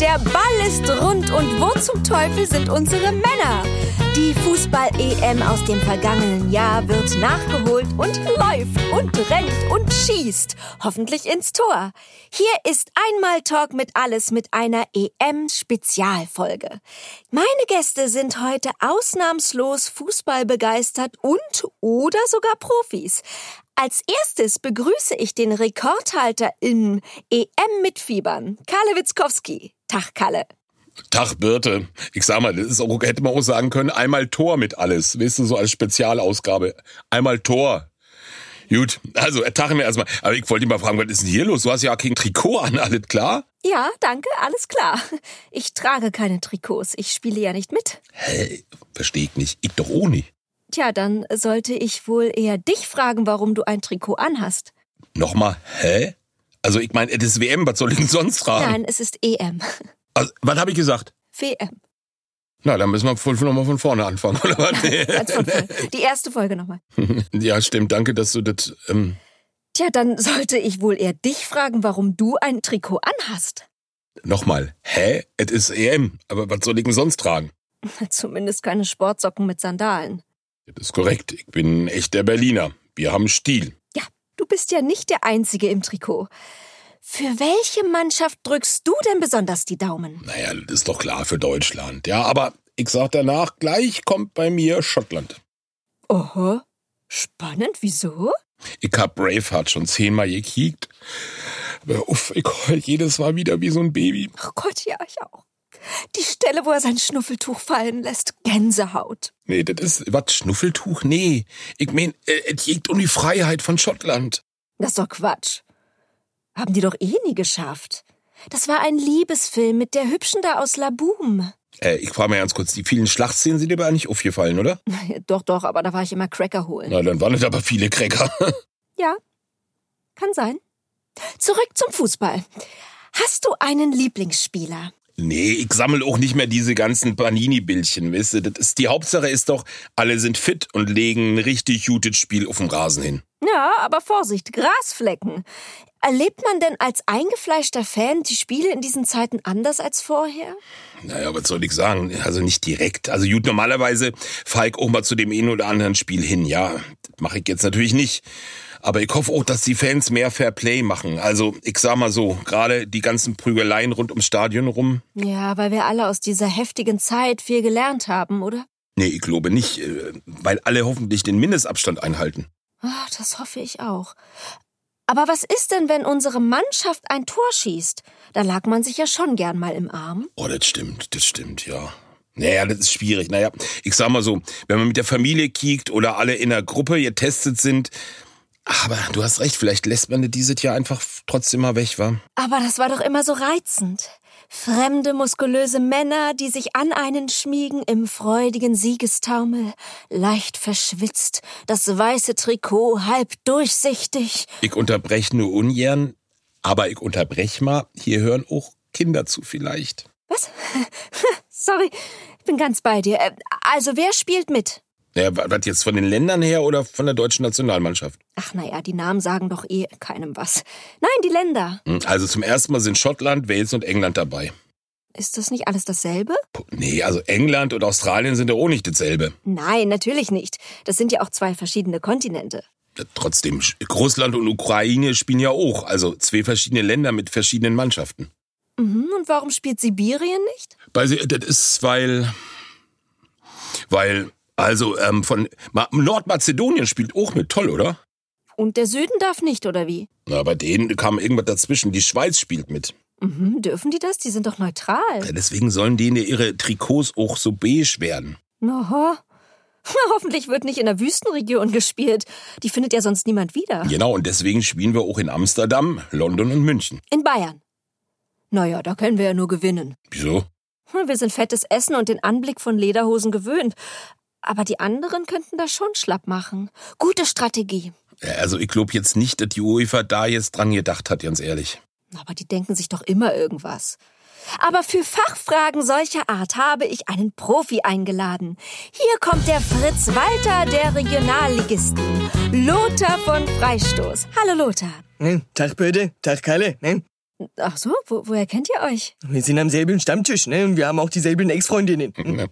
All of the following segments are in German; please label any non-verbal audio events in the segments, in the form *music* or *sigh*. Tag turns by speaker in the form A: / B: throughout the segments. A: Der Ball ist rund und wo zum Teufel sind unsere Männer? Die Fußball-EM aus dem vergangenen Jahr wird nachgeholt und läuft und rennt und schießt. Hoffentlich ins Tor. Hier ist einmal Talk mit alles mit einer EM-Spezialfolge. Meine Gäste sind heute ausnahmslos fußballbegeistert und oder sogar Profis. Als erstes begrüße ich den Rekordhalter E im EM-Mitfiebern, Kalle Witzkowski. Tag, Kalle.
B: Tag, Birte. Ich sag mal, das ist auch, hätte man auch sagen können, einmal Tor mit alles. Weißt du, so als Spezialausgabe. Einmal Tor. Gut, also Tag mir erstmal. Aber ich wollte dich mal fragen, was ist denn hier los? Du hast ja kein Trikot an, *laughs* alles klar?
A: Ja, danke, alles klar. Ich trage keine Trikots. Ich spiele ja nicht mit.
B: Hä? Versteh ich nicht. Ich doch auch nicht.
A: Tja, dann sollte ich wohl eher dich fragen, warum du ein Trikot anhast.
B: Nochmal, hä? Also ich meine, das ist WM, was soll ich denn sonst fragen?
A: Nein, es ist E *laughs* EM.
B: Also, was habe ich gesagt?
A: WM.
B: Na, dann müssen wir voll- nochmal von vorne anfangen, oder was? *laughs*
A: Ganz von vorne. Die erste Folge nochmal.
B: ja, stimmt, danke, dass du das... Ähm,
A: Tja, dann sollte ich wohl eher dich fragen, warum du ein Trikot anhast. *laughs*
B: Nochmal, hä? Es ist EM, aber was soll ich denn sonst tragen?
A: Zumindest keine Sportsocken mit Sandalen.
B: Das ist korrekt, ich bin ein echter Berliner. Wir haben Stil.
A: Ja, du bist ja nicht der Einzige im Trikot. Für welche Mannschaft drückst du denn besonders die Daumen?
B: Naja, das ist doch klar für Deutschland. Ja, aber ich sag danach, gleich kommt bei mir Schottland.
A: Oho, spannend, wieso?
B: Ich hab Braveheart schon zehnmal gekickt. Aber uff, ich heul jedes Mal wieder wie so ein Baby.
A: Ach Oh Gott, ja, ich auch. Die Stelle, wo er sein Schnuffeltuch fallen lässt, Gänsehaut.
B: Nee, das ist, was, Schnuffeltuch? Nee. Ich mein, äh, es geht um die Freiheit von Schottland.
A: Das ist doch Quatsch. Haben die doch eh nie geschafft. Das war ein Liebesfilm mit der Hübschen da aus Laboom.
B: Äh, ich frage mal ganz kurz, die vielen Schlachtszenen sind dir aber nicht aufgefallen, oder?
A: *laughs* Doch, doch, aber da war ich immer Cracker holen.
B: Na, dann waren es aber viele Cracker.
A: Ja, kann sein. Zurück zum Fußball. Hast du einen Lieblingsspieler?
B: Nee, ich sammle auch nicht mehr diese ganzen Panini-Bildchen, weißt du? Das ist, die Hauptsache ist doch, alle sind fit und legen ein richtig gutes Spiel auf dem Rasen hin.
A: Ja, aber Vorsicht, Grasflecken. Erlebt man denn als eingefleischter Fan die Spiele in diesen Zeiten anders als vorher?
B: Naja, was soll ich sagen? Also nicht direkt. Also gut, normalerweise fahre ich auch mal zu dem einen oder anderen Spiel hin. Ja, das mache ich jetzt natürlich nicht. Aber ich hoffe auch, dass die Fans mehr Fair Play machen. Also ich sag mal so, gerade die ganzen Prügeleien rund ums Stadion rum.
A: Ja, weil wir alle aus dieser heftigen Zeit viel gelernt haben, oder?
B: Nee, ich glaube nicht, äh, weil alle hoffentlich den Mindestabstand einhalten.
A: Ah, das hoffe ich auch. Aber was ist denn, wenn unsere Mannschaft ein Tor schießt? Da lag man sich ja schon gern mal im Arm.
B: Oh, das stimmt, das stimmt, ja. Naja, das ist schwierig. Naja, ich sag mal so, wenn man mit der Familie kiekt oder alle in der Gruppe getestet sind. Aber du hast recht, vielleicht lässt man das dieses Jahr einfach trotzdem mal weg, wa?
A: Aber das war doch immer so reizend. Fremde, muskulöse Männer, die sich an einen schmiegen im freudigen Siegestaumel, leicht verschwitzt, das weiße Trikot halb durchsichtig.
B: Ich unterbreche nur ungern, aber ich unterbrech mal. Hier hören auch Kinder zu vielleicht.
A: Was? Sorry, ich bin ganz bei dir. Äh, Also, wer spielt mit?
B: Naja, wa- was jetzt von den Ländern her oder von der deutschen Nationalmannschaft?
A: Ach, naja, die Namen sagen doch eh keinem was. Nein, die Länder.
B: Hm, Also zum ersten Mal sind Schottland, Wales und England dabei.
A: Ist das nicht alles dasselbe?
B: Puh, Nee, also England und Australien sind ja auch nicht dasselbe.
A: Nein, natürlich nicht. Das sind ja auch zwei verschiedene Kontinente.
B: Trotzdem, Russland und Ukraine spielen ja auch. Also zwei verschiedene Länder mit verschiedenen Mannschaften.
A: Mhm, und warum spielt Sibirien nicht?
B: Weil sie, das ist, weil. Weil, also, ähm, von. Ma- Nordmazedonien spielt auch mit, toll, oder?
A: Und der Süden darf nicht, oder wie?
B: Na, bei denen kam irgendwas dazwischen. Die Schweiz spielt mit.
A: Mhm, dürfen die das? Die sind doch neutral.
B: Ja, deswegen sollen denen ihre Trikots auch so beige werden.
A: Aha. *laughs* Hoffentlich wird nicht in der Wüstenregion gespielt. Die findet ja sonst niemand wieder.
B: Genau, und deswegen spielen wir auch in Amsterdam, London und München.
A: In Bayern. Naja, da können wir ja nur gewinnen.
B: Wieso?
A: Hm, Wir sind fettes Essen und den Anblick von Lederhosen gewöhnt. Aber die anderen könnten das schon schlapp machen. Gute Strategie.
B: Ja, Also, ich glaube jetzt nicht, dass die UEFA da jetzt dran gedacht hat, ganz ehrlich. *laughs*
A: Aber die denken sich doch immer irgendwas. Aber für Fachfragen solcher Art habe ich einen Profi eingeladen. Hier kommt der Fritz Walter der Regionalligisten, Lothar von Freistoß. Hallo Lothar.
C: Ne? Tag Böde, Tag Kalle, ne?
A: Ach so, wo, woher kennt ihr euch?
C: Wir sind am selben Stammtisch, ne? Und wir haben auch dieselben Ex-Freundinnen.
B: Ne?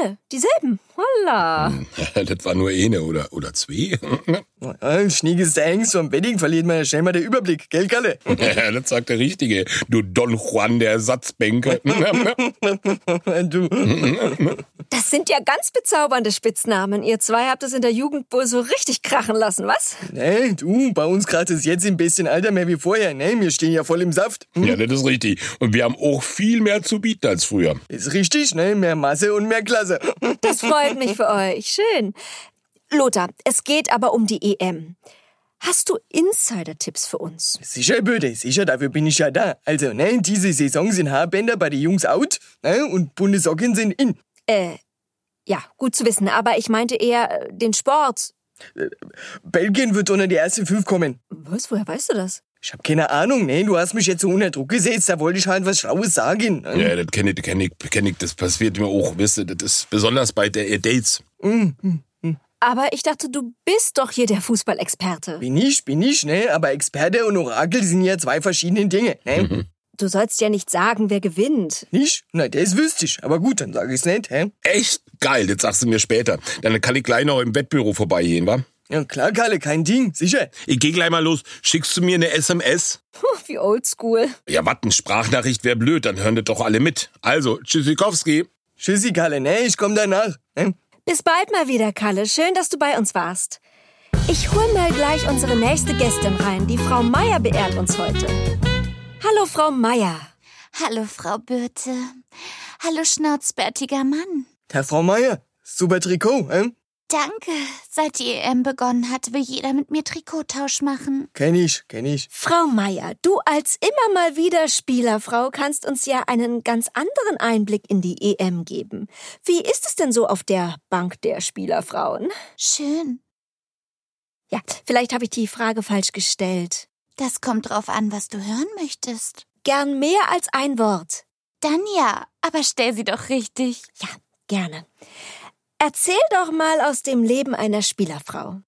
A: Alle, dieselben. Holla.
B: Das war nur eine oder, oder zwei. *laughs* Ne?
C: Ja, Schnieges Angst, so am Wedding verliert man ja schnell mal den Überblick, gell, Kalle? *laughs*
B: Das sagt der Richtige. Du Don Juan der Ersatzbänke. Ne?
C: du,
A: Das sind ja ganz bezaubernde Spitznamen. Ihr zwei habt es in der Jugend wohl so richtig krachen lassen, was?
C: ne, du, bei uns gerade ist jetzt im besten Alter mehr wie vorher, ne? Wir stehen ja voll im Saft. Hm?
B: *laughs* Ja, das ist richtig. Und wir haben auch viel mehr zu bieten als früher.
C: Ist richtig, ne? Mehr Masse und mehr Klasse.
A: Das freut mich für euch. Schön. Lothar, es geht aber um die EM. Hast du Insider-Tipps für uns?
C: Sicher, Böde, sicher, dafür bin ich ja da. Also, ne, diese Saison sind Haarbänder bei den Jungs out, ne? Und bunte Socken sind in.
A: Äh, ja, gut zu wissen, aber ich meinte eher äh, den Sport.
C: Belgien wird unter die ersten fünf kommen.
A: Was? Woher weißt du das?
C: Ich hab keine Ahnung, ne? Du hast mich jetzt so unter Druck gesetzt, da wollte ich halt was Schlaues sagen. ne?
B: Ja, das kenne ich, kenn ich, kenn ich, das passiert mir auch, wisst ihr, das ist besonders bei der äh, Dates.
A: Aber ich dachte, du bist doch hier der Fußballexperte.
C: Bin ich, bin ich, ne? Aber Experte und Orakel sind ja zwei verschiedene Dinge, ne?
A: Du sollst ja nicht sagen, wer gewinnt.
C: Nicht? Na, das wüsste ich. Aber gut, dann sage ich's nicht, hä?
B: Echt geil, das sagst du mir später. Dann kann ich gleich noch im Wettbüro vorbeigehen, wa?
C: Ja, klar, Kalle, kein Ding, sicher.
B: Ich geh gleich mal los. Schickst du mir eine SMS?
A: Puh, wie oldschool.
B: Ja, wat, eine Sprachnachricht wäre blöd, dann hören das doch alle mit. Also, Tschüssikowski.
C: Tschüssi, Kalle, ne? Ich komm danach, ne?
A: Bis bald mal wieder, Kalle. Schön, dass du bei uns warst. Ich hol mal gleich unsere nächste Gästin rein. Die Frau Meier beehrt uns heute. Hallo, Frau Meier.
D: Hallo, Frau Birte. Hallo, schnauzbärtiger Mann.
C: Herr Frau Meier, super Trikot, ne? hä?
D: Danke. Seit die EM begonnen hat, will jeder mit mir Trikottausch machen.
C: Kenn ich, kenn ich.
A: Frau Meier, du als immer mal wieder Spielerfrau kannst uns ja einen ganz anderen Einblick in die EM geben. Wie ist es denn so auf der Bank der Spielerfrauen?
D: Schön.
A: Ja, vielleicht habe ich die Frage falsch gestellt.
D: Das kommt drauf an, was du hören möchtest.
A: Gern mehr als ein Wort.
D: Dann ja, aber stell sie doch richtig.
A: Ja, gerne. Erzähl doch mal aus dem Leben einer Spielerfrau.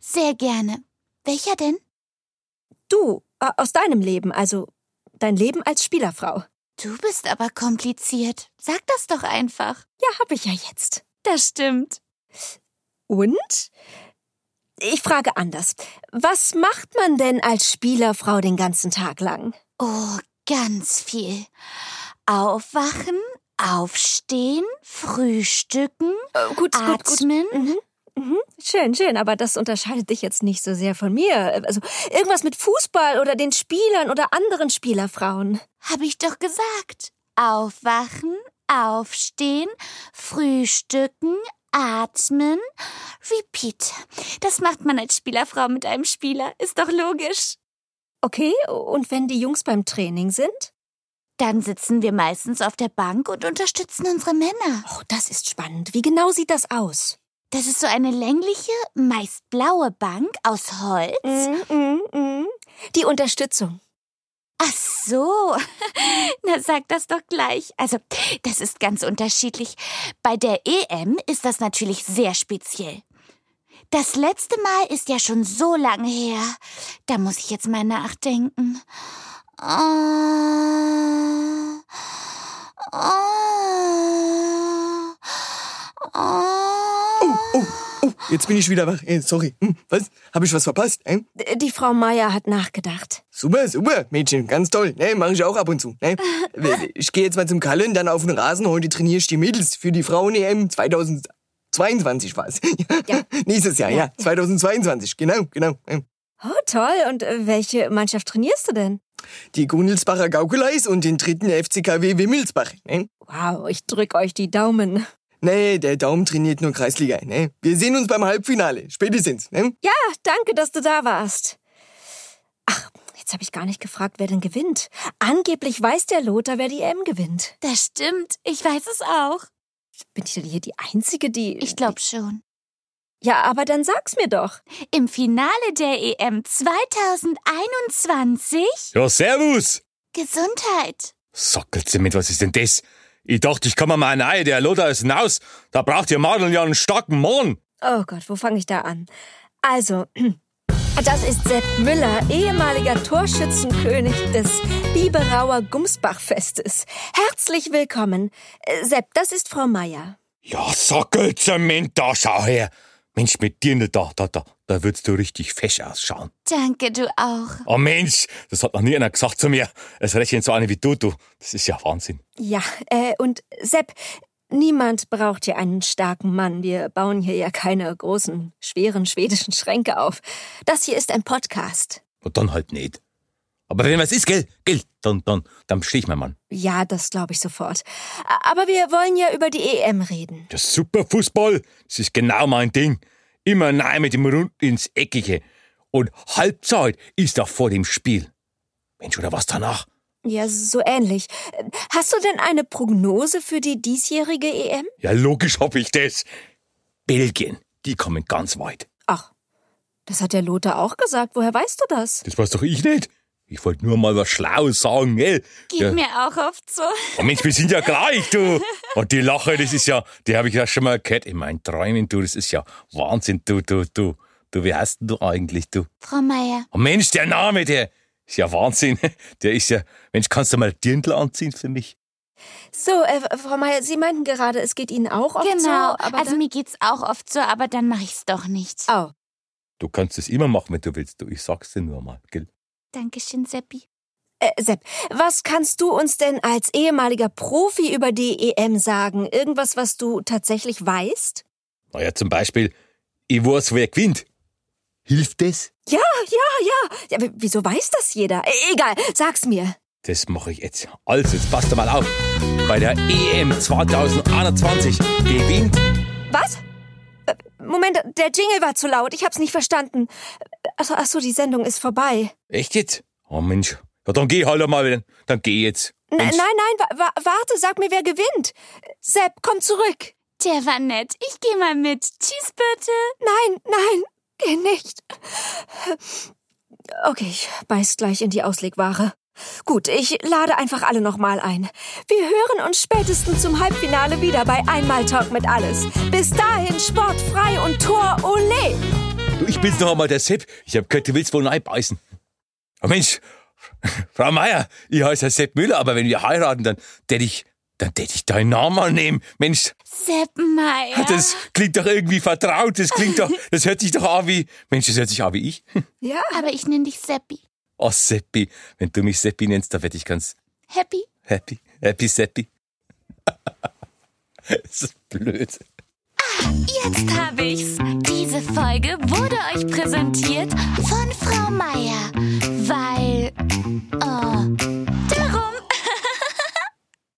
D: Sehr gerne. Welcher denn?
A: Du, äh, aus deinem Leben, also dein Leben als Spielerfrau.
D: Du bist aber kompliziert. Sag das doch einfach.
A: Ja, hab ich ja jetzt.
D: Das stimmt.
A: Und? Ich frage anders. Was macht man denn als Spielerfrau den ganzen Tag lang?
D: Oh, ganz viel. Aufwachen, aufstehen, frühstücken,
A: Äh, Gut,
D: atmen.
A: Mhm. Schön, schön, aber das unterscheidet dich jetzt nicht so sehr von mir. Also irgendwas mit Fußball oder den Spielern oder anderen Spielerfrauen.
D: Habe ich doch gesagt. Aufwachen, aufstehen, frühstücken, atmen, repeat. Das macht man als Spielerfrau mit einem Spieler, ist doch logisch.
A: Okay, und wenn die Jungs beim Training sind?
D: Dann sitzen wir meistens auf der Bank und unterstützen unsere Männer.
A: Oh, das ist spannend. Wie genau sieht das aus?
D: Das ist so eine längliche, meist blaue Bank aus Holz.
A: Mhm, Die Unterstützung.
D: Ach so. *laughs* Na, sag das doch gleich. Also, das ist ganz unterschiedlich. Bei der EM ist das natürlich sehr speziell. Das letzte Mal ist ja schon so lange her. Da muss ich jetzt mal nachdenken. Ah, ah, ah.
C: Oh, oh, jetzt bin ich wieder wach. Äh, sorry. Hm, was? Hab ich was verpasst, ne? hä?
A: D- Die Frau Meier hat nachgedacht.
C: Super, super, Mädchen, ganz toll. Ne, mache ich auch ab und zu. Ne? Ich gehe jetzt mal zum Kalle und dann auf den Rasen. Heute trainiere ich die Mädels für die Frauen-EM 2022 war es.
A: Ja.
C: *laughs* Nächstes Jahr, ja. 2022, genau, genau.
A: Oh, toll. Und äh, welche Mannschaft trainierst du denn?
C: Die Gundelsbacher Gaukeleis und den dritten FCKW Wimmelsbach. Ne?
A: Wow, ich drück euch die Daumen.
C: Nee, der Daumen trainiert nur Kreisliga. Ne? Wir sehen uns beim Halbfinale, spätestens. Ne?
A: Ja, danke, dass du da warst. Ach, jetzt habe ich gar nicht gefragt, wer denn gewinnt. Angeblich weiß der Lothar, wer die M gewinnt.
D: Das stimmt. Ich weiß es auch.
A: Bin ich denn hier die Einzige, die...
D: Ich glaube schon.
A: Ja, aber dann sag's mir doch.
D: Im Finale der E EM 2021?
E: Ja, servus!
D: Gesundheit.
E: Sackelt sie mit, was ist denn das? Ich dachte, ich komme mal rein, der Lothar ist hinaus. Da braucht ihr Madel ja einen starken Mann.
A: Oh Gott, wo fange ich da an? Also, *clears throat* Das ist Sepp Müller, ehemaliger Torschützenkönig des Biberauer Gumsbach-Festes. Herzlich willkommen. Äh, Sepp, das ist Frau Meier.
E: Ja, Sockelzement, da schau her. Mensch, mit dir nicht da, da, da, da würdest du richtig fesch ausschauen.
D: Danke, du auch.
E: Oh Mensch, das hat noch nie einer gesagt zu mir. Es rechnet so eine wie du, du. Das ist ja Wahnsinn.
A: Ja, äh, und Sepp, niemand braucht hier einen starken Mann. Wir bauen hier ja keine großen, schweren schwedischen Schränke auf. Das hier ist ein Podcast.
E: Und dann halt nicht. Aber wenn was ist, gell, gell, dann, dann, dann steh ich mein Mann.
A: Ja, das glaube ich sofort. A- Aber wir wollen ja über die EM reden.
E: Der Superfußball, das ist genau mein Ding. Immer nein mit dem Rund ins Eckige. Und Halbzeit ist da vor dem Spiel. Mensch, oder was danach?
A: Ja, so ähnlich. Äh, Hast du denn eine Prognose für die diesjährige E EM?
E: Ja, logisch hab ich das. Belgien, die kommen ganz weit.
A: Ach, das hat der Lothar auch gesagt. Woher weißt du das?
E: Das weiß doch ich nicht. Ich wollte nur mal was Schlaues sagen, gell?
D: Geht
E: ja.
D: mir auch oft so.
E: Oh Mensch, wir sind ja gleich, du. Und die Lache, das ist ja, die habe ich ja schon mal gehört in meinen Träumen, du. Das ist ja Wahnsinn, du, du, du. Du, wie heißt denn du eigentlich, du?
D: Frau Meier,
E: Oh Mensch, der Name, der ist ja Wahnsinn. *laughs* Der ist ja, Mensch, kannst du mal Dirndl anziehen für mich?
A: So, äh, Frau Meier, Sie meinten gerade, es geht Ihnen auch oft so.
D: genau.
A: aber
D: also
A: dann-
D: mir geht's auch oft so, aber dann mache ich's doch nicht.
A: Oh,
E: Du kannst es immer machen, wenn du willst, du. Ich sag's dir nur mal, gell?
D: Dankeschön, Seppi.
A: äh, Sepp, was kannst du uns denn als ehemaliger Profi über die EM sagen? Irgendwas, was du tatsächlich weißt?
E: Naja, zum Beispiel, ich weiß, wer gewinnt. Hilft das?
A: Ja, ja, ja. ja w- wieso weiß das jeder? E egal, sag's mir.
E: Das mache ich jetzt. Also, jetzt passt doch mal auf. Bei der EM 2021 gewinnt
A: Was? Äh, Moment, der Jingle war zu laut. Ich hab's nicht verstanden. Achso, ach so, die Sendung ist vorbei.
E: Echt jetzt? Oh Mensch. Ja, dann geh halt mal wieder. Dann geh jetzt.
A: N nein,
E: Mensch.
A: nein, wa wa warte, sag mir, wer gewinnt. Sepp, komm zurück.
D: Der war nett. Ich gehe mal mit. Tschüss, bitte.
A: Nein, nein, geh nicht. Okay, ich beiß gleich in die Auslegware. Gut, ich lade einfach alle nochmal ein. Wir hören uns spätestens zum Halbfinale wieder bei Einmal Talk mit Alles. Bis dahin sportfrei und Tor Ole.
E: Du, ich bin's noch einmal der Sepp. Ich hab gehört, du willst wohl einbeißen. Oh Mensch. *laughs* Frau Meier, ich heiße Sepp Müller, aber wenn wir heiraten, dann tät ich, dann tät ich deinen Namen annehmen. Mensch,
D: Sepp Meier.
E: das klingt doch irgendwie vertraut. Das klingt doch, das hört sich doch an wie, Mensch, das hört sich an wie ich.
A: Ja,
D: aber ich nenne dich Seppi.
E: Oh, Seppi. Wenn du mich Seppi nennst, dann werd ich ganz
D: Happy?
E: happy. Happy Seppi. *laughs* das ist blöd.
D: Jetzt habe ich's. Diese Folge wurde euch präsentiert von Frau Meier, weil. Oh,